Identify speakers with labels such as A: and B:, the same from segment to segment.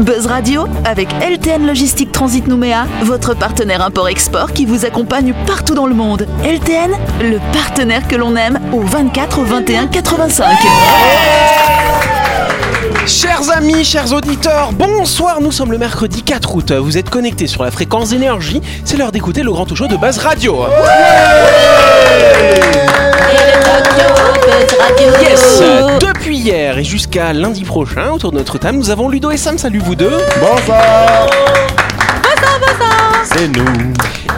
A: Buzz Radio avec LTN Logistique Transit Nouméa, votre partenaire import-export qui vous accompagne partout dans le monde. LTN, le partenaire que l'on aime au 24 au 21 85.
B: Chers amis, chers auditeurs, bonsoir, nous sommes le mercredi 4 août. Vous êtes connectés sur la fréquence énergie, c'est l'heure d'écouter le grand show de Buzz Radio. Yes Euh, Depuis hier et jusqu'à lundi prochain, autour de notre table, nous avons Ludo et Sam. Salut vous deux
C: Bonsoir C'est nous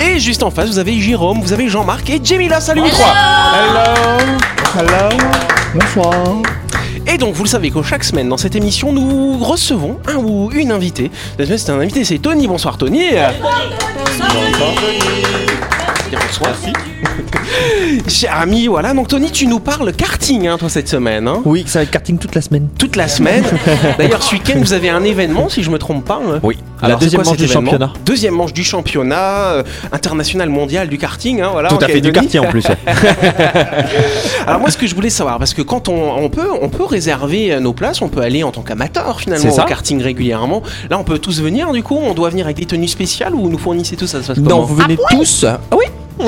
B: Et juste en face, vous avez Jérôme, vous avez Jean-Marc et Jamila. Salut vous trois
C: Hello Hello Bonsoir
B: Et donc, vous le savez que chaque semaine, dans cette émission, nous recevons un ou une invitée. Cette semaine, c'est un invité, c'est Tony. Bonsoir, Tony Bonsoir Cher ami, voilà, donc Tony, tu nous parles karting, hein, toi, cette semaine. hein.
C: Oui, ça va être karting toute la semaine.
B: Toute la semaine. D'ailleurs, ce week-end, vous avez un événement, si je me trompe pas. hein.
C: Oui.
B: Alors, c'est
C: deuxième
B: quoi
C: manche
B: cet
C: du
B: événement
C: championnat.
B: Deuxième manche du championnat euh, international mondial du karting. hein, voilà,
C: Tout
B: en
C: à fait, du
B: Calédonie.
C: quartier en plus.
D: Ah
B: Alors moi, ce que je voulais savoir, parce que quand on, on peut, on peut réserver euh, nos places, on peut aller en tant qu'amateur finalement
C: C'est
B: au
C: ça.
B: karting régulièrement. Là, on peut tous venir. Du coup, on doit venir avec des tenues spéciales ou vous nous fournissez tout ça. Ça se passe
E: Non,
B: comment
E: vous venez tous. Ah oui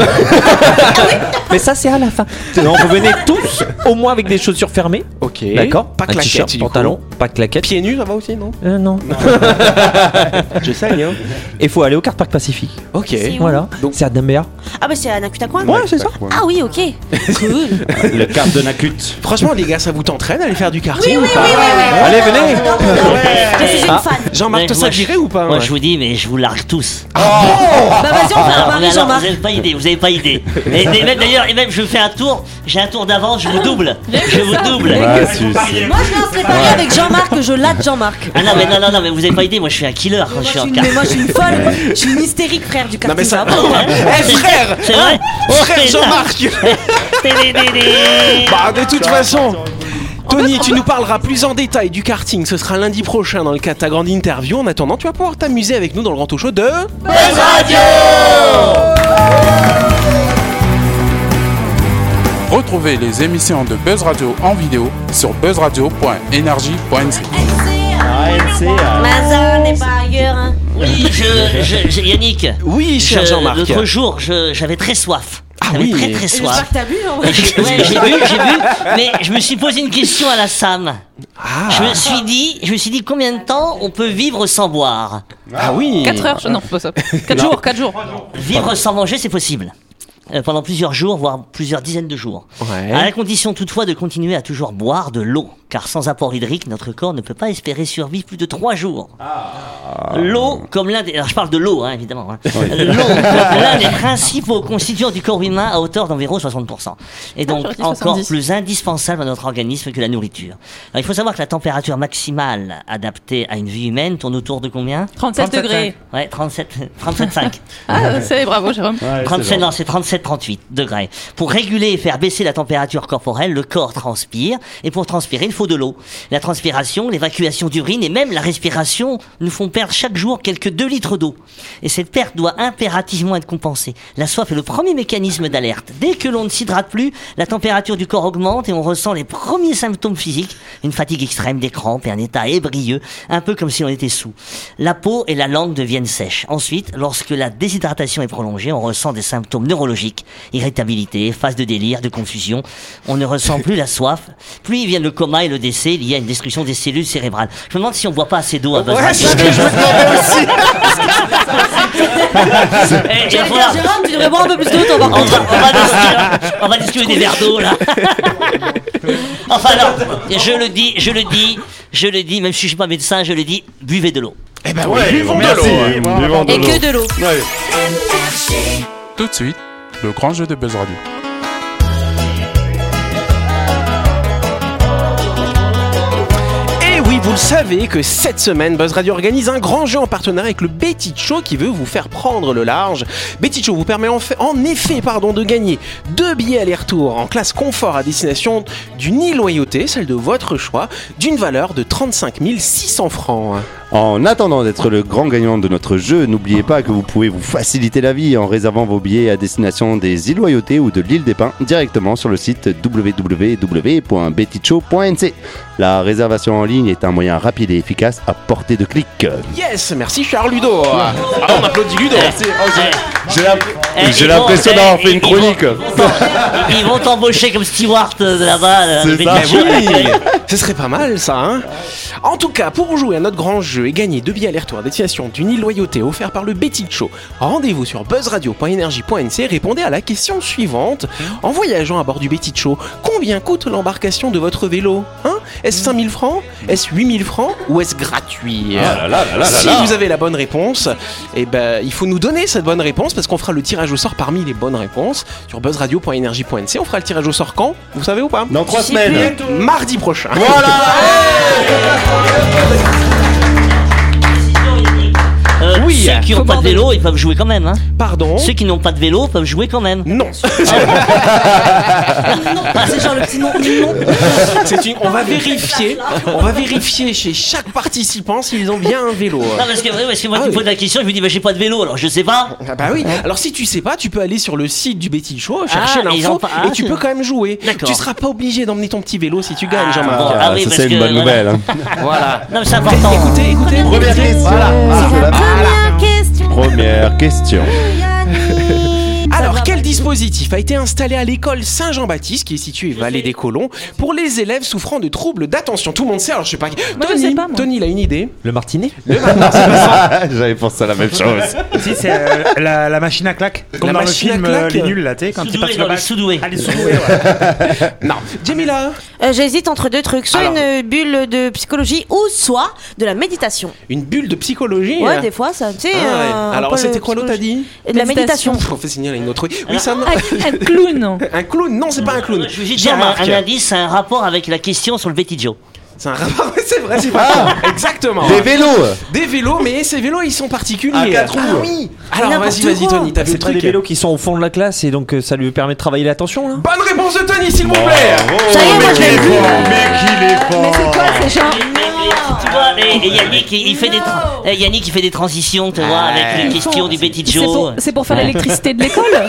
E: Mais ça, c'est à la fin. Non, vous venez tous, au moins avec des chaussures fermées.
B: Ok.
E: D'accord
B: Pas
E: Un t-shirt,
B: claquette, du coup.
E: pantalon, pas de claquette.
B: Pieds nus, ça va aussi, non
E: Euh, non.
B: J'essaye. Hein.
E: Et faut aller au Kart Park Pacifique.
B: Ok.
F: Si. Et
E: Voilà.
B: Donc-
E: C'est à Dambéa.
F: Ah bah c'est à Nakutacoin
E: Ouais, c'est ça.
F: Ah oui, ok. Cool.
C: Le quart de Nakut.
B: Franchement, les gars, ça vous t'entraîne à aller faire du karting ou pas
E: Allez, venez
F: Je suis une
G: Ah.
F: fan.
B: Jean-Marc,
G: Mais
B: toi,
G: moi,
B: ça
G: je-
B: dirait ou pas Ah,
G: Moi
B: hein
G: je vous dis, mais je vous largue tous. Ah,
F: Bah vas-y, on fait un
G: Alors, mais
F: pari,
G: alors,
F: Jean-Marc.
G: vous avez pas idée, vous avez pas idée. Et, et même d'ailleurs, et même je fais un tour, j'ai un tour d'avance, je vous double. Je vous double. Ah,
F: Moi, je lance les paris avec Jean-Marc, que je latte Jean-Marc.
G: Ah non mais non non non mais vous avez pas idée, moi je suis un killer quand
F: Moi,
G: je
F: je
G: suis en
F: suis une-
G: car.
F: Mais moi, je suis une folle. Je suis une hystérique, frère du
B: Non mais
F: quartier.
B: ça.
F: va.
B: Eh frère
G: C'est hein. vrai
B: Oh, Frère
G: C'est ça.
B: Jean-Marc
G: Tédédédé.
B: Bah de toute façon Tony, tu nous parleras plus en détail du karting. Ce sera lundi prochain dans le cadre de ta grande interview. En attendant, tu vas pouvoir t'amuser avec nous dans le grand talk show de...
H: Retrouvez les émissions de Buzz Radio en vidéo sur buzzradio.energie.nc.
F: Ma zone n'est pas ailleurs. hein.
G: Oui, je, je, je- Yannick.
B: Oui, cher
G: je-
B: Jean-Marc.
G: L'autre jour, je- j'avais très soif.
B: Ah
G: J'avais
B: oui.
G: Très très
F: J'espère
G: soif.
F: que t'as bu, en vrai.
G: Et j'ai- ouais, j'ai vu, j'ai vu, mais je me suis posé une question à la Sam.
B: Ah,
G: Je me suis dit, je me suis dit combien de temps on peut vivre sans boire
B: ah oui
I: 4 heures, je- non, pas ça. 4 jours, 4 jours.
G: Vivre sans manger, c'est possible. Euh, pendant plusieurs jours, voire plusieurs dizaines de jours.
B: Ouais.
G: À la condition toutefois de continuer à toujours boire de l'eau, car sans apport hydrique, notre corps ne peut pas espérer survivre plus de trois jours. L'eau, comme l'un des... Alors je parle de l'eau, hein, évidemment. hein. L'eau, comme l'un des principaux constituants du corps humain à hauteur d'environ 60%. Et donc
I: Ah, j'aurais dit
G: encore
I: 70.
G: plus indispensable à notre organisme que la nourriture. Alors, il faut savoir que la température maximale adaptée à une vie humaine tourne autour de combien
I: 37 degrés.
G: Ouais, 37, 37,5.
I: Ah, c'est bravo, Jérôme.
G: 37, non, c'est 37, 38 degrés. Pour réguler et faire baisser la température corporelle, le corps transpire. Et pour transpirer, il faut de l'eau. La transpiration, l'évacuation d'urine et même la respiration nous font perdre chaque jour quelques 2 litres d'eau. Et cette perte doit impérativement être compensée. La soif est le premier mécanisme d'alerte. Dès que l'on ne s'hydrate plus, la température du corps augmente et on ressent les premiers symptômes physiques. Une fatigue extrême, des crampes et un état ébrieux, un peu comme si on était sous. La peau et la langue deviennent sèches. Ensuite, lorsque la déshydratation est prolongée, on ressent des symptômes neurologiques, irritabilité, phase de délire, de confusion. On ne ressent plus la soif. Puis viennent le coma et le décès liés à une destruction des cellules cérébrales. Je me demande si on boit pas assez d'eau à Buzz
B: Ouais, c'est
G: Radio.
B: ce que je me demandais aussi.
G: Eh, eh,
F: J'allais
G: voilà.
F: dire, Jérôme, tu devrais boire un peu plus d'eau, toi, par
G: On
F: contre.
G: va, on va discuter, on va discuter des verres d'eau là. enfin non, je le dis, je le dis, je le dis, même si je suis pas médecin, je le dis, buvez de l'eau.
B: Eh ben ouais, buvons de l'eau.
C: Merci
F: Et que de l'eau.
H: Tout de suite, le grand jeu de Buzz Radio.
B: Et Eh oui, vous le savez que cette semaine, Buzz Radio organise un grand jeu en partenariat avec le Betty Show qui veut vous faire prendre le large. Betty Show vous permet en, fait- en effet pardon, de gagner deux billets aller-retour en classe confort à destination d'une île loyauté, celle de votre choix, d'une valeur de 35 600 francs.
J: En attendant d'être le grand gagnant de notre jeu, n'oubliez pas que vous pouvez vous faciliter la vie en réservant vos billets à destination des îles Loyauté ou de l'île des Pins directement sur le site www.betitcho.nc. La réservation en ligne est un moyen rapide et efficace à portée de clic.
B: Yes, merci Charles Ludo. Ah, on applaudit Ludo.
G: Eh,
J: Oh, J'ai
G: ils vont-
J: l'impression
G: eh,
J: d'avoir fait
G: ils
J: une
G: vont-
J: chronique.
G: Ils vont t'embaucher comme steward euh, de là-bas. euh,
J: C'est
G: des
J: ça.
G: bijoux.
B: Oui, Ah, ce serait pas mal ça. Hein en tout cas, pour jouer à notre grand jeu et gagner deux billets aller-retour à destination d'une île loyauté offert par le Betty Show, rendez-vous sur buzzradio.energie.nc répondez à la question suivante. En voyageant à bord du Betty Show, combien coûte l'embarcation de votre vélo hein Est-ce 5000 francs Est-ce 8000 francs Ou est-ce gratuit
J: Ah,
B: Si vous avez la bonne réponse, eh ben, il faut nous donner cette bonne réponse parce qu'on fera le tirage au sort parmi les bonnes réponses sur buzzradio.energie.nc. On fera le tirage au sort quand Vous savez ou pas
J: Dans trois semaines.
B: Mardi prochain.
G: Euh,
B: Oui,
G: ceux qui
I: faut
G: n'ont pas de
I: border.
G: vélo, ils peuvent jouer quand même. hein.
B: Pardon.
G: Ceux qui n'ont pas de vélo peuvent jouer quand même.
B: Non.
F: Ah, c'est genre le petit nom. Non.
B: C'est une- On va vérifier. On va vérifier chez chaque participant s'ils ont bien un vélo.
G: Non, parce que, vrai, parce que moi,
B: Ah
G: tu me
B: oui.
G: poses la question, je me dis, bah, j'ai pas de vélo, alors je sais pas.
B: Ah bah oui. Alors si tu sais pas, tu peux aller sur le site du Betty Show, chercher
G: Ah, ils en
B: l'info
G: par- ah,
B: et tu peux quand même jouer.
G: D'accord.
B: Tu seras pas obligé d'emmener ton petit vélo si tu gagnes,
G: Ah,
B: Jean-Marc.
G: bon. Ah oui,
J: ça,
G: parce
J: c'est une
G: que,
J: bonne
G: voilà.
J: nouvelle. hein.
B: Voilà.
G: Non, mais c'est important.
B: Écoutez, écoutez.
J: Première question. Ah.
F: C'est la première question.
J: Première question.
F: Yannick.
B: Alors, quel dispositif a été installé à l'école Saint-Jean-Baptiste, qui est située Vallée des Colons, pour les élèves souffrant de troubles d'attention Tout le monde sait, alors je sais pas.
I: je
B: Tony,
I: sais pas, moi.
B: Tony, il a une idée.
E: Le martinet
J: J'avais pensé à la même chose.
D: Si, c'est euh, la, la machine à claque. Comme
B: La
D: dans le
B: machine à
D: film euh,
B: claque.
D: Les Nuls, là, tu sais, quand ils
G: Sous-doué,
D: passent
G: dans
D: le
G: les
D: bac.
G: sous-doués.
D: Ah, les sous-doués, ouais.
B: Non. Jamila,
F: Euh, J'hésite entre deux trucs, soit
B: Alors.
F: une bulle de psychologie ou soit de la méditation.
B: une bulle de psychologie.
F: Ouais, des fois ça, tu sais.
B: Ah ouais.
F: euh, un peu
B: Alors, c'était
F: le
B: quoi l'autre, t'as dit
F: Et de la méditation.
B: Pff, On fait signaler une autre. Oui, Oui, ça.
I: Un clown.
B: Un clown Non, c'est pas un clown.
G: Je vais juste dire un,
B: Jean-Marc.
G: un indice, c'est un rapport avec la question sur le Betty Joe.
B: C'est un rapport. C'est vrai, c'est pas. Exactement.
J: Des vélos
B: Des vélos, mais ces vélos, ils sont particuliers.
J: À quatre
B: Ah
J: roues.
B: oui. Alors,
F: N'importe
B: vas-y, vas-y,
F: quoi.
B: Tony, t'as vu
E: C'est
B: le
E: pas
B: truc.
E: les vélos qui sont au fond de la classe et donc euh, ça lui permet de travailler l'attention là
D: hein.
B: Bonne réponse de Tony, s'il vous plaît.
F: Ça y est, moi je l'ai vu.
I: Mais c'est quoi ces gens
G: Tu vois, et, et Yannick, il, il fait des tra- eh, Yannick, il fait des transitions, tu vois,
B: Ah.
G: avec les questions du Betty
I: C'est pour,
G: Joe.
I: c'est pour faire l'électricité de l'école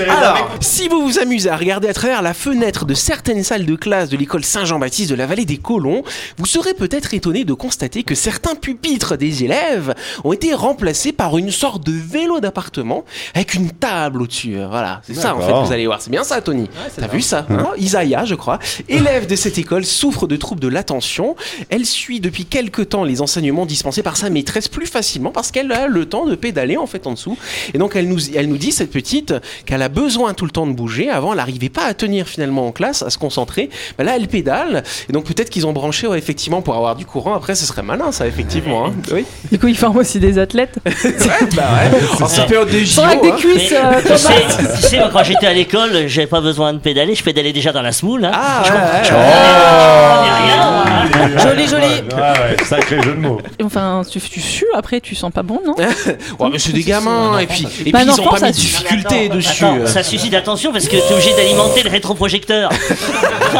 B: Alors, si vous vous amusez à regarder à travers la fenêtre de certaines salles de classe de l'école Saint-Jean-Baptiste de la vallée des Colons, vous serez peut-être étonné de constater que certains pupitres des élèves ont été remplacés par une sorte de vélo d'appartement avec une table au-dessus. Voilà, c'est ça en fait,
J: D'accord.
B: vous allez voir. C'est bien ça, Tony. T'as vu ça Oh, Isaiah, je crois. Élève de cette école souffre de troubles de l'attention. Elle suit depuis quelque temps les enseignements dispensés par sa maîtresse plus facilement parce qu'elle a le temps de pédaler en fait en dessous. Et donc elle nous, elle nous dit, cette petite, qu'elle a besoin tout le temps de bouger. Avant, elle n'arrivait pas à tenir finalement en classe, à se concentrer. Bah là, elle pédale. Et donc peut-être qu'ils ont branché ouais, effectivement pour avoir du courant. Après, ce serait malin ça, effectivement. hein. Oui.
I: Du coup, ils forment aussi des athlètes.
B: Ouais, bah ouais. En cette période des JO,
I: Sans avec des
B: hein.
I: cuisses,
G: Mais,
I: euh,
G: tu, sais,
I: Thomas.
G: tu sais, moi, quand j'étais à l'école, j'avais pas besoin de pédaler, je pédalais déjà dans la smoule. hein.
B: Ah, ouais,
J: Oh.
B: ouais, ouais.
G: Mais rien, hein.
J: Joli, joli Sacré jeu de mots.
I: Enfin, tu, tu sues après, tu sens pas bon, non
B: Ouais, mais c'est des gamins, et puis, et
I: Bah,
B: puis
I: un
B: ils ont
I: enfant,
B: pas
I: ça
B: mis de
I: suffit.
B: difficulté dessus.
G: Attends, ça suscite attention parce que t'es obligé d'alimenter le rétroprojecteur.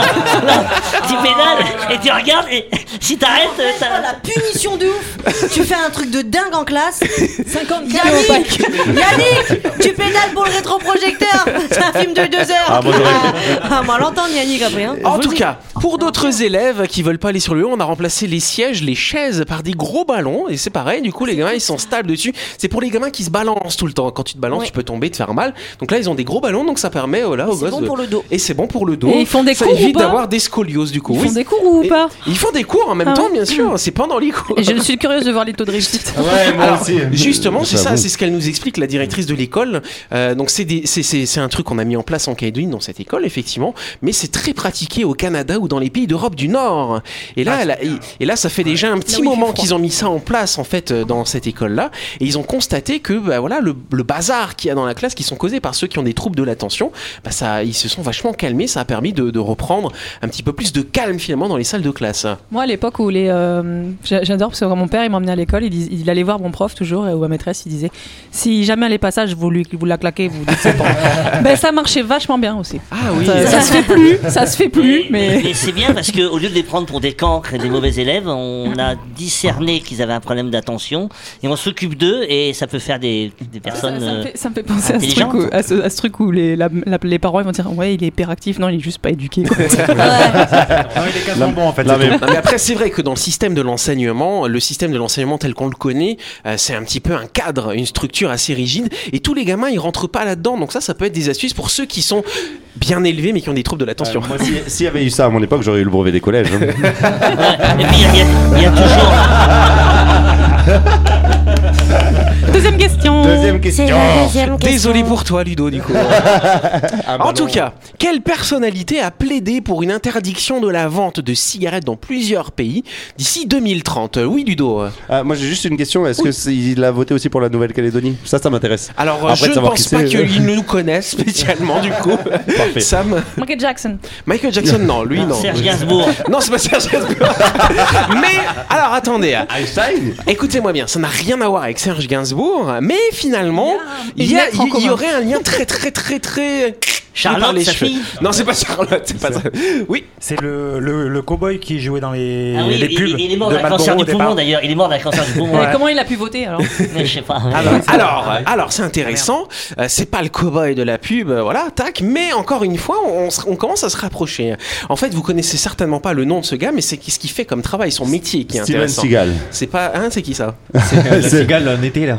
G: tu pédales et tu regardes et si t'arrêtes, euh,
F: Oh,
G: t'as-
F: La punition de ouf Tu fais un truc de dingue en classe 50
I: au
F: Yannick Yannick Tu pédales pour le rétroprojecteur C'est un film de 2 heures Ah,
J: moi, j'aurais-
F: ah, moi l'entendre Yannick après hein. Je
B: En
F: vous
B: tout
F: le dis.
B: cas, pour d'autres élèves qui veulent pas aller sur le haut, on a remplacé les sièges, les chaises par des gros ballons. Et c'est pareil, du coup, les gamins, ils sont stables dessus. C'est pour les gamins qui se balancent tout le temps. Quand tu te balances,
F: Ouais.
B: tu peux tomber, te faire mal. Donc là, ils ont des gros ballons, donc ça permet euh, là, aux
F: C'est
B: gosses
F: bon
B: de-
F: pour le dos.
B: Et c'est bon pour le dos.
I: Et ils font des
B: ça
I: cours ou
B: évite
I: pas
B: d'avoir des scolioses, du coup.
I: Ils
B: Oui.
I: font des cours ou
B: Et-
I: pas
B: Ils font des cours en même
I: Ah
B: temps,
I: ouais.
B: bien sûr. C'est pendant les cours.
I: Et je suis curieuse de voir les taux de réussite.
J: Ouais, moi
B: Alors,
J: aussi.
B: Justement, c'est ça,
J: J'avoue.
B: c'est ce qu'elle nous explique, la directrice de l'école. Euh, donc, c'est des- c'est- c'est c'est un truc qu'on a mis en place en Calédonie, dans cette école, effectivement, mais c'est très pratiqué au Canada ou dans les pays d'Europe du Nord. Et là, elle a- et, et là, ça fait déjà un petit
I: il fait
B: moment
I: froid.
B: qu'ils ont mis ça en place, en fait, euh, dans cette école-là. Et ils ont constaté que bah, voilà, le, le bazar qu'il y a dans la classe, qui sont causés par ceux qui ont des troubles de l'attention, bah, ça, ils se sont vachement calmés. Ça a permis de, de reprendre un petit peu plus de calme, finalement, dans les salles de classe.
I: Moi, à l'époque où les. euh, j'a- J'adore parce que quand mon père, il m'emmenait à l'école, il, dis- il allait voir mon prof toujours, et- ou ma maîtresse, il disait Si jamais elle est pas sage, vous, lui, vous la claquez, vous dites c'est bon. Ben, ça marchait vachement bien aussi.
B: Ah oui.
I: Ça, ça se fait plus, ça se fait plus, mais.
G: Mais c'est bien parce que au lieu de les prendre pour des cancres et des mauvais élèves, on a discerné qu'ils avaient un problème d'attention et on s'occupe d'eux et ça peut faire des, des personnes.
I: Ça me
G: euh,
I: fait, ça me fait penser à ce, truc
G: intelligentes.
I: où, à ce- à ce truc où les, la- la- les parents ils vont dire ouais il est hyperactif non il est juste pas éduqué quoi.
B: Non,
D: bonbons, en fait,
B: non,
D: c'est
B: mais,
D: tout.
B: non, mais après, c'est vrai que dans le système de l'enseignement, le système de l'enseignement tel qu'on le connaît, euh, c'est un petit peu un cadre, une structure assez rigide. Et tous les gamins, ils rentrent pas là-dedans. Donc ça, ça peut être des astuces pour ceux qui sont bien élevés mais qui ont des troubles de l'attention.
J: Ah, Euh, Moi, si- S'il y avait eu ça à mon époque, j'aurais eu le brevet des collèges. hein.
G: Et puis il y a- il y a- il y, a toujours.
D: Ah
I: Deuxième question.
J: Deuxième question.
B: Désolé pour toi, Ludo, du coup.
I: Ah,
B: en tout cas, quelle personnalité a plaidé pour une interdiction de la vente de cigarettes dans plusieurs pays d'ici 2030 Oui, Ludo. euh.
J: Ah, moi, j'ai juste une question. Est-ce que c'est- il a voté aussi pour la Nouvelle-Calédonie Ça, ça m'intéresse.
B: Alors, euh,
J: Après de
B: je ne
J: savoir qui
B: pense pas
J: c'est, euh,
B: qu'ils nous connaissent spécialement, du coup.
J: Parfait.
B: Sam
I: Michael Jackson.
B: Michael Jackson, non, lui, non.
G: Serge Gainsbourg.
B: Non, c'est pas Serge Gainsbourg. mais alors attendez. hein. Écoutez-moi bien, ça n'a rien à voir avec Serge Gainsbourg, mais finalement, il y, a-
I: Une lettre en
B: il y
I: commun.
B: aurait un lien très très très très
G: Charlotte,
B: par les
G: sa
B: cheveux.
G: fille
B: Non, c'est pas Charlotte, c'est pas ça. Oui,
D: C'est le, le, le cowboy qui jouait dans les,
G: Ah oui,
D: les
G: il,
D: pubs.
G: il- il est mort
D: de
G: d'un cancer
D: Marlboro au
G: du
D: départ.
G: poumon d'ailleurs. Il est mort d'un cancer du poumon.
I: Mais Euh, comment il a pu voter alors
G: Mais je sais pas.
D: Ah,
B: alors, alors, alors, c'est intéressant. euh, C'est pas le cowboy de la pub, euh, voilà, tac. Mais encore une fois, on, se- on commence à se rapprocher. En fait, vous connaissez certainement pas le nom de ce gars, mais c'est ce qu'il fait comme travail, son métier qui est
J: Steven
B: intéressant.
J: Seagal.
B: C'est pas, hein, c'est qui ça
C: La cigale en été là.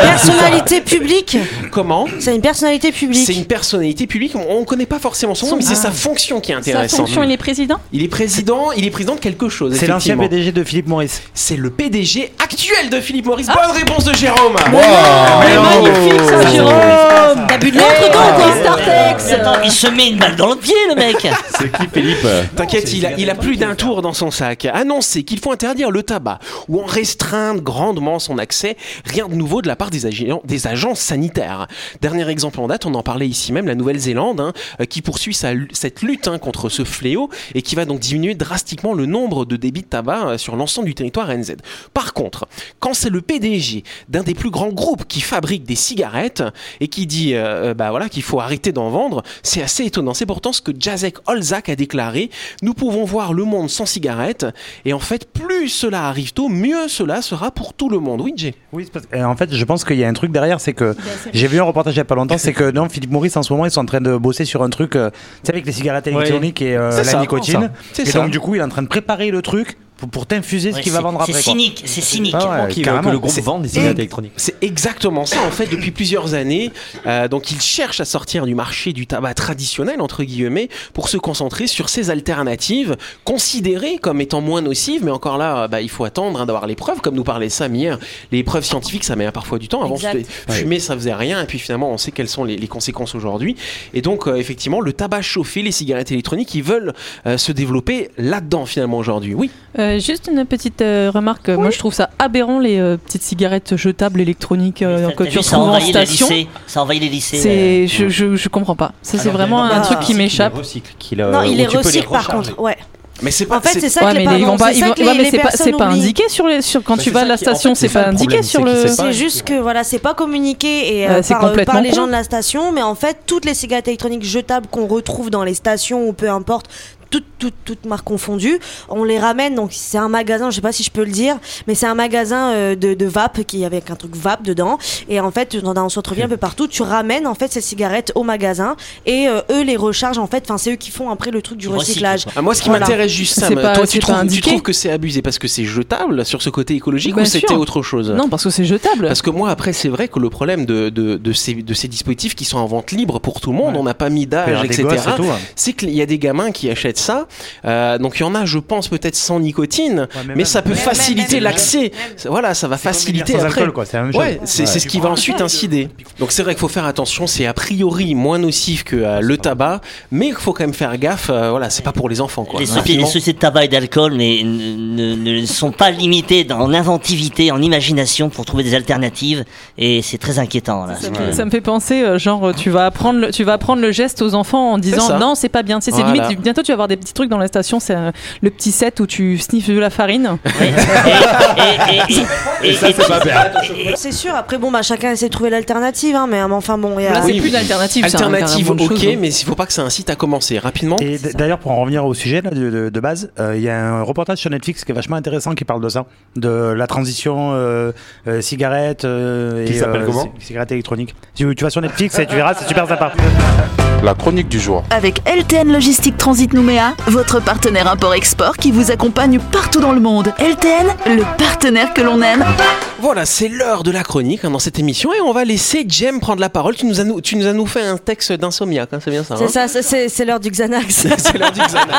F: Personnalité publique.
B: Comment
F: C'est une personnalité
B: C'est
F: publique.
B: une personnalité publique, on ne connaît pas forcément son nom, mais c'est sa fonction qui est
I: Ah. Sa
B: intéressante.
I: fonction il est président
B: Il est président, il est président de quelque chose.
D: C'est l'ancien
B: effectivement.
D: PDG de Philippe Maurice.
B: C'est le PDG actuel de Philippe Maurice.
I: Ah.
B: Bonne réponse de Jérôme.
I: Mais magnifique ça Ah, Jérôme T'as bu de l'autre
G: Mais attends, il se met une balle dans le pied, le mec.
J: C'est qui, Philippe
B: T'inquiète, il a, il a plus d'un tour dans son sac. Annoncer qu'il faut interdire le tabac ou en restreindre grandement son accès, rien de nouveau de la part des, agents, des agences sanitaires. Dernier exemple en date, on en parlait ici même, la Nouvelle-Zélande, hein, euh, qui poursuit sa lu- cette lutte hein, contre ce fléau et qui va donc diminuer drastiquement le nombre de débits de tabac euh, sur l'ensemble du territoire NZ. Par contre, quand c'est le PDG d'un des plus grands groupes qui fabrique des cigarettes et qui dit euh, euh, bah voilà qu'il faut arrêter d'en vendre, c'est assez étonnant. C'est pourtant ce que Jacek Olzak a déclaré nous pouvons voir le monde sans cigarettes et en fait plus cela arrive tôt, mieux cela sera pour tout le monde. Oui, Jay.
D: Oui, c'est parce que- euh, en fait, je pense qu'il y a un truc derrière, c'est que
F: Bah,
D: j'ai vu un reportage il y a pas longtemps, c'est que non, Philippe Maurice en ce moment, ils sont en train de bosser sur un truc, euh, tu sais, avec les cigarettes électroniques et euh,
B: C'est
D: la
B: ça,
D: nicotine.
B: c'est
D: Et
B: ça.
D: donc du coup, il est en train de préparer le truc pour, pour t'infuser
G: Ouais,
D: ce qu'il va
G: c'est-
D: vendre après.
G: C'est
D: quoi.
G: cynique, c'est cynique.
D: Ah ouais,
E: Qui veut
D: carrément.
E: que le groupe
B: C'est-
E: vende des cigarettes électroniques.
B: C'est exactement ça en fait depuis plusieurs années. Euh, donc il cherche à sortir du marché du tabac traditionnel entre guillemets pour se concentrer sur ces alternatives considérées comme étant moins nocives, mais encore là euh, bah, il faut attendre hein, d'avoir les preuves. Comme nous parlait Sam hier, les preuves scientifiques ça met parfois du temps. Avant
F: Exact.
B: c'était fumer ça faisait rien et puis finalement on sait quelles sont les, les conséquences aujourd'hui. Et donc euh, effectivement le tabac chauffé, les cigarettes électroniques, ils veulent euh, se développer là-dedans finalement aujourd'hui. Oui.
I: Euh, juste une petite euh, remarque. Moi, je trouve ça aberrant les euh, petites cigarettes jetables électroniques euh,
G: T'as
I: que tu
G: vu, ça
I: retrouves en
G: envahit les
I: station.
G: lycées. Ça envahit les lycées.
I: C'est, je, je, je comprends pas. Ça,
D: Ah
I: c'est vraiment un truc qui m'échappe. Euh,
F: Non, il est recycle par contre. Ouais.
B: Mais c'est
I: Ah,
B: pas
F: En fait, c'est ça
I: Ouais,
F: que les
I: mais ils
F: parents.
I: vont pas,
F: C'est
I: ils vont-
F: ça que
I: ouais,
F: les-
I: mais
F: les
I: c'est pas, c'est
F: personnes
I: pas
F: oublient.
I: indiqué sur les, sur quand
E: Bah,
I: tu
E: c'est
I: vas
E: ça
I: à la
E: qui est- en
I: station,
E: fait,
I: c'est
E: c'est ça
I: pas
E: le
I: indiqué
E: problème,
I: sur
E: c'est
I: le.
E: qu'ils savent
F: C'est juste que voilà, c'est pas communiqué et
I: Euh,
F: euh,
I: c'est
F: par, euh, par
I: complètement
F: les
I: con.
F: gens de la station, mais en fait, toutes les cigarettes électroniques jetables qu'on retrouve dans les stations ou peu importe. Toutes, toutes, toutes marques confondues, on les ramène. Donc, c'est un magasin, je sais pas si je peux le dire, mais c'est un magasin euh, de, de vape qui avec un truc vape dedans. Et en fait, dans un centre-ville un peu partout, tu ramènes en fait ces cigarettes au magasin et euh, eux les rechargent en fait. Enfin, c'est eux qui font après le truc du
G: Ils recyclent,
F: recyclage.
G: quoi.
B: Ah, moi, ce qui
F: Voilà.
B: m'intéresse juste, Sam,
I: C'est pas-
B: toi, tu
I: c'est pas
B: trouves, tu
I: indiqué.
B: trouves que c'est abusé parce que c'est jetable sur ce côté écologique
I: Bien
B: ou c'était
I: sûr.
B: autre chose
I: Non, parce que c'est jetable.
B: Parce que moi, après, c'est vrai que le problème de, de, de ces, de ces dispositifs qui sont en vente libre pour tout le monde,
D: Ouais.
B: on n'a pas mis
D: Il y
B: d'âge,
D: a des
B: etc.
D: gosses et tout, hein.
B: c'est qu'il y a des gamins qui achètent ça. Euh, donc, il y en a, je pense, peut-être sans nicotine,
D: mais
B: mais,
D: même-
B: ça peut
D: même,
B: facilité
D: même,
B: l'accès. Voilà, ça va
D: C'est comme une bière
B: faciliter
D: sans
B: après.
D: alcool, quoi, c'est la même chose.
B: Ouais, c'est c'est ce qui va ensuite incider. Donc c'est vrai qu'il faut faire attention, c'est a priori moins nocif que euh, le tabac, mais il faut quand même faire gaffe, euh, voilà, c'est pas pour les enfants quoi.
G: Les,
B: Rapidement.
G: sociétés, les sociétés de tabac et d'alcool mais ne, ne- ne sont pas limitées dans- en inventivité, en imagination pour trouver des alternatives et c'est très inquiétant. Là.
I: Ça me, fait, ça me fait penser, euh, genre, tu vas apprendre, le, tu vas apprendre le geste aux enfants en disant
B: ça.
I: non, c'est pas bien. Tu sais, C'est
B: Voilà.
I: limite, bientôt tu vas avoir des des petits trucs dans la station. C'est euh, le petit set où tu sniffes de la farine.
J: Et ça, c'est pas bien.
F: C'est sûr, après, bon, bah, chacun essaie de trouver l'alternative, hein, mais euh, enfin, bon. il y a-
I: c'est plus d'alternative, ça,
B: Ah Alternative,
I: hein,
B: ok,
I: carrément, de choses,
B: mais il faut pas que ça incite à commencer rapidement.
D: Et d- d'ailleurs, pour en revenir au sujet là, de, de- de base, euh, il y a un reportage sur Netflix qui est vachement intéressant qui parle de ça, de la transition euh, euh, cigarette euh,
J: Qui
D: et,
J: s'appelle comment
D: ci- cigarette électronique. Tu, tu vas sur Netflix et tu verras, c'est super sympa.
H: La chronique du jour.
A: Avec LTN Logistique Transit Nouméa, votre partenaire import-export qui vous accompagne partout dans le monde. LTN, le partenaire que l'on aime.
B: Voilà, c'est l'heure de la chronique hein, dans cette émission et on va laisser Jem prendre la parole. Tu nous as, nou- tu nous as nous fait un texte d'insomniaque, hein, c'est bien ça. hein
F: C'est ça, c'est- c'est c'est l'heure du Xanax.
B: c'est l'heure du Xanax.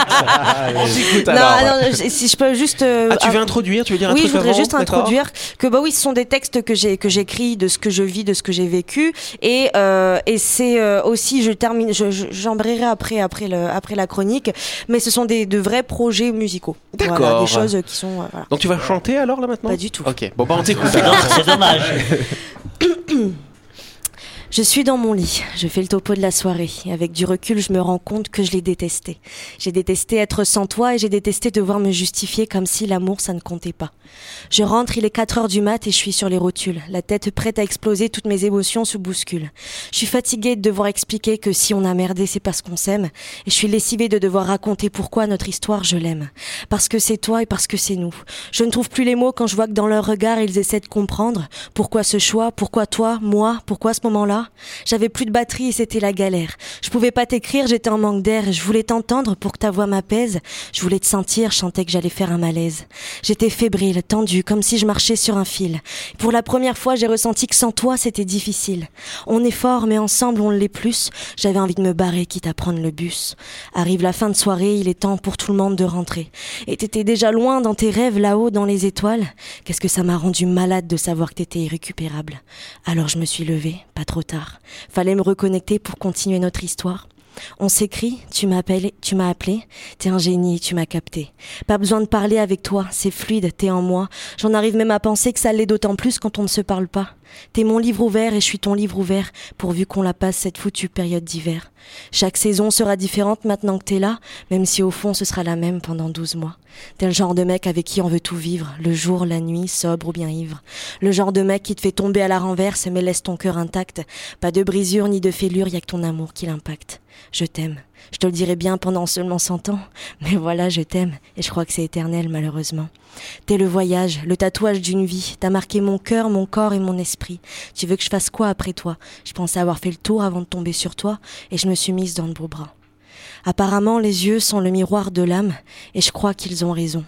B: on t'écoute
F: Non,
B: alors.
F: non, je- si je peux juste. euh,
B: Ah, tu veux
F: av-
B: introduire Tu veux dire un
F: oui,
B: truc
F: je voudrais
B: avant
F: juste
B: D'accord.
F: introduire que bah oui, ce sont des textes que j'ai que j'écris de ce que je vis, de ce que j'ai vécu, et euh, et c'est euh, aussi je termine, je- je- j'embrayerai après après le après la chronique, mais ce sont des de vrais projets musicaux. Voilà,
B: D'accord.
F: des choses qui sont euh, voilà.
B: Donc tu vas chanter alors là maintenant
F: Pas du tout.
B: Ok, bon bah on t'écoute.
G: Non, c'est dommage.
F: Je suis dans mon lit, je fais le topo de la soirée. Avec du recul, je me rends compte que je l'ai détesté. J'ai détesté être sans toi et j'ai détesté devoir me justifier comme si l'amour ça ne comptait pas. Je rentre, il est 4 heures du mat et je suis sur les rotules. La tête prête à exploser, toutes mes émotions se bousculent. Je suis fatiguée de devoir expliquer que si on a merdé, c'est parce qu'on s'aime. Et je suis lessivée de devoir raconter pourquoi notre histoire, je l'aime. Parce que c'est toi et parce que c'est nous. Je ne trouve plus les mots quand je vois que dans leur regard, ils essaient de comprendre pourquoi ce choix, pourquoi toi, moi, pourquoi ce moment-là. J'avais plus de batterie et c'était la galère. Je pouvais pas t'écrire, j'étais en manque d'air. Je voulais t'entendre pour que ta voix m'apaise. Je voulais te sentir, je sentais que j'allais faire un malaise. J'étais fébrile, tendue, comme si je marchais sur un fil. Pour la première fois, j'ai ressenti que sans toi, c'était difficile. On est fort, mais ensemble, on l'est plus. J'avais envie de me barrer, quitte à prendre le bus. Arrive la fin de soirée, il est temps pour tout le monde de rentrer. Et t'étais déjà loin dans tes rêves, là-haut, dans les étoiles. Qu'est-ce que ça m'a rendu malade de savoir que t'étais irrécupérable. Alors je me suis levée, pas trop tard. Fallait me reconnecter pour continuer notre histoire. On s'écrit, tu m'appelles, tu m'as appelé, t'es un génie, tu m'as capté. Pas besoin de parler avec toi, c'est fluide, t'es en moi. J'en arrive même à penser que ça l'est d'autant plus quand on ne se parle pas. T'es mon livre ouvert et je suis ton livre ouvert, pourvu qu'on la passe cette foutue période d'hiver. Chaque saison sera différente maintenant que t'es là, même si au fond ce sera la même pendant 12 mois. T'es le genre de mec avec qui on veut tout vivre, le jour, la nuit, sobre ou bien ivre. Le genre de mec qui te fait tomber à la renverse mais laisse ton cœur intact. Pas de brisure ni de fêlure, y a que ton amour qui l'impacte. Je t'aime. Je te le dirai bien pendant seulement 100 ans, mais voilà, je t'aime, et je crois que c'est éternel malheureusement. T'es le voyage, le tatouage d'une vie, t'as marqué mon cœur, mon corps et mon esprit. Tu veux que je fasse quoi après toi Je pensais avoir fait le tour avant de tomber sur toi, et je me suis mise dans de beaux bras. Apparemment, les yeux sont le miroir de l'âme, et je crois qu'ils ont raison.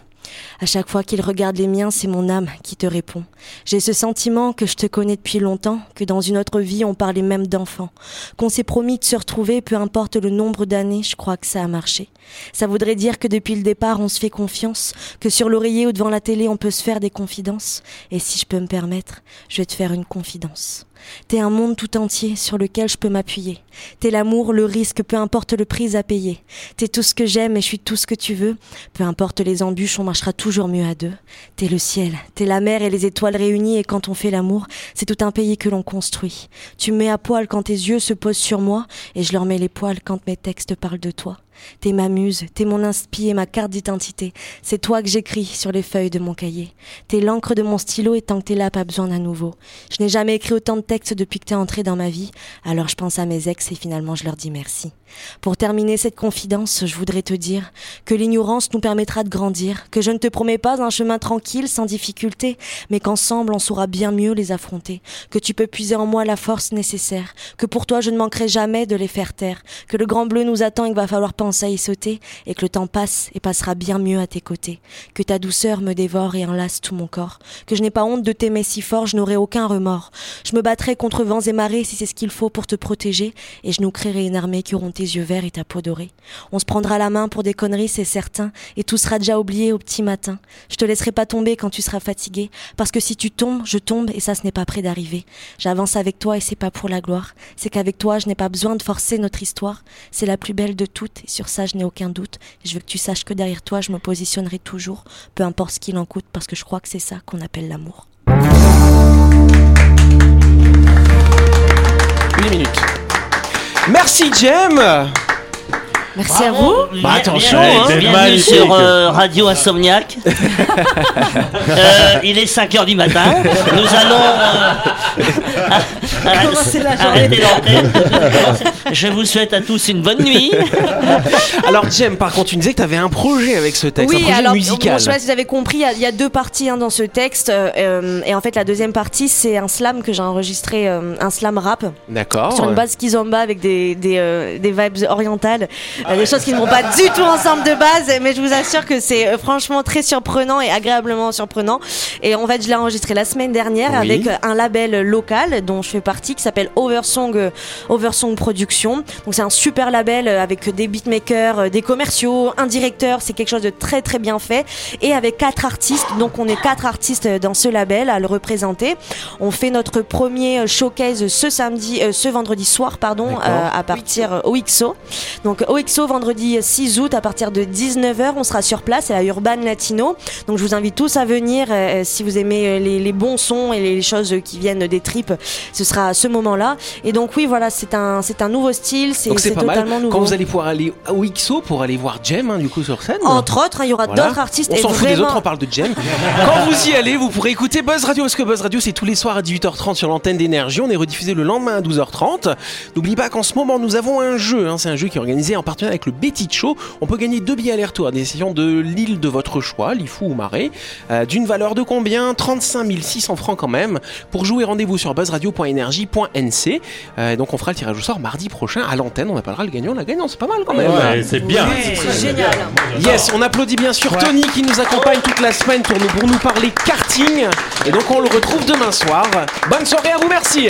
F: À chaque fois qu'ils regardent les miens, c'est mon âme qui te répond. J'ai ce sentiment que je te connais depuis longtemps, que dans une autre vie on parlait même d'enfants, qu'on s'est promis de se retrouver, peu importe le nombre d'années, je crois que ça a marché. Ça voudrait dire que depuis le départ on se fait confiance, que sur l'oreiller ou devant la télé on peut se faire des confidences, et si je peux me permettre, je vais te faire une confidence. T'es un monde tout entier sur lequel je peux m'appuyer. T'es l'amour, le risque, peu importe le prix à payer. T'es tout ce que j'aime et je suis tout ce que tu veux. Peu importe les embûches, on marchera toujours mieux à deux. T'es le ciel, t'es la mer et les étoiles réunies et quand on fait l'amour, c'est tout un pays que l'on construit. Tu me mets à poil quand tes yeux se posent sur moi et je leur mets les poils quand mes textes parlent de toi. T'es ma muse, t'es mon inspi et ma carte d'identité. C'est toi que j'écris sur les feuilles de mon cahier. T'es l'encre de mon stylo et tant que t'es là, pas besoin d'un nouveau. Je n'ai jamais écrit autant de textes depuis que t'es entré dans ma vie, alors je pense à mes ex et finalement je leur dis merci. Pour terminer cette confidence, je voudrais te dire que l'ignorance nous permettra de grandir, que je ne te promets pas un chemin tranquille, sans difficulté, mais qu'ensemble on saura bien mieux les affronter, que tu peux puiser en moi la force nécessaire, que pour toi je ne manquerai jamais de les faire taire, que le grand bleu nous attend et qu'il va falloir penser à y sauter, et que le temps passe et passera bien mieux à tes côtés, que ta douceur me dévore et enlace tout mon corps, que je n'ai pas honte de t'aimer si fort, je n'aurai aucun remords, je me battrai contre vents et marées si c'est ce qu'il faut pour te protéger, et je nous créerai une armée qui auront tes yeux verts et ta peau dorée. On se prendra la main pour des conneries, c'est certain, et tout sera déjà oublié au petit matin. Je te laisserai pas tomber quand tu seras fatigué, parce que si tu tombes, je tombe, et ça, ce n'est pas près d'arriver. J'avance avec toi, et c'est pas pour la gloire. C'est qu'avec toi, je n'ai pas besoin de forcer notre histoire. C'est la plus belle de toutes, et sur ça, je n'ai aucun doute. Je veux que tu saches que derrière toi, je me positionnerai toujours, peu importe ce qu'il en coûte, parce que je crois que c'est ça qu'on appelle l'amour.
B: Une minute. Merci Jem
K: Merci à vous.
G: Bien-
K: attention,
G: bien-
K: hein.
G: bienvenue
K: T'es magnifique.
G: sur euh, Radio Insomniac. Euh, il est 5 heures du matin. Nous allons euh, arrêter-
K: Commencer la journée.
G: arrêter l'antenne. Je vous souhaite à tous une bonne nuit.
B: Alors, Jem, par contre, tu me disais que tu avais un projet avec ce texte, un
F: Oui,
B: projet
F: alors, bon, je
B: musical.
F: sais pas si vous avez compris, il y a- il y, a deux parties hein, dans ce texte. euh, euh, et en fait, la deuxième partie, c'est un slam que j'ai enregistré, euh, un slam rap.
B: D'accord.
F: Sur une base kizomba avec des, des, euh, des vibes orientales, euh, des choses qui ne vont pas du tout ensemble de base, mais je vous assure que c'est euh, franchement très surprenant et agréablement surprenant. Et en fait, je l'ai enregistré la semaine dernière
K: Oui.
F: avec euh, un label local dont je fais partie qui s'appelle Oversong, euh, Oversong Production. Donc c'est un super label euh, avec des beatmakers, euh, des commerciaux, un directeur, c'est quelque chose de très très bien fait. Et avec quatre artistes, donc on est quatre artistes euh, dans ce label à le représenter. On fait notre premier euh, showcase ce samedi, euh, ce vendredi soir, pardon,
K: D'accord.
F: euh, à partir euh, OXO. Donc OXO vendredi 6 août à partir de 19h, on sera sur place à la Urban Latino. Donc je vous invite tous à venir euh, si vous aimez euh, les, les bons sons et les choses qui viennent des tripes, ce sera à ce moment-là. Et donc oui, voilà, c'est un c'est un nouveau style, c'est
B: Donc
F: c'est
B: c'est pas mal.
F: totalement nouveau.
B: Quand vous allez pouvoir aller au XO pour aller voir Jem, hein, du coup, sur scène.
F: Entre autres, hein, il y aura d'autres artistes
B: On
F: et
B: s'en fout des
F: vraiment-
B: autres, on parle de Jem. Quand vous y allez, vous pourrez écouter Buzz Radio, parce que Buzz Radio, c'est tous les soirs à 18h30 sur l'antenne d'énergie. On est rediffusé le lendemain à 12h30. N'oublie pas qu'en ce moment, nous avons un jeu. hein. C'est un jeu qui est organisé en partenariat avec le Betty Show. On peut gagner deux billets aller-retour à des sessions de l'île de votre choix, Lifou ou Marais, euh, d'une valeur de combien 35 600 francs quand même. Pour jouer, rendez-vous sur buzzradio.energie.nc. Euh, donc on fera le tirage au sort mardi prochain à l'antenne. On appellera le gagnant, la gagnante. C'est pas mal quand même.
L: Ouais, c'est bien. C'est très bien.
B: Yes, on applaudit bien sûr Tony qui nous accompagne toute la semaine pour nous, pour nous parler karting. Et donc on le retrouve demain soir. Bonne soirée à vous, merci.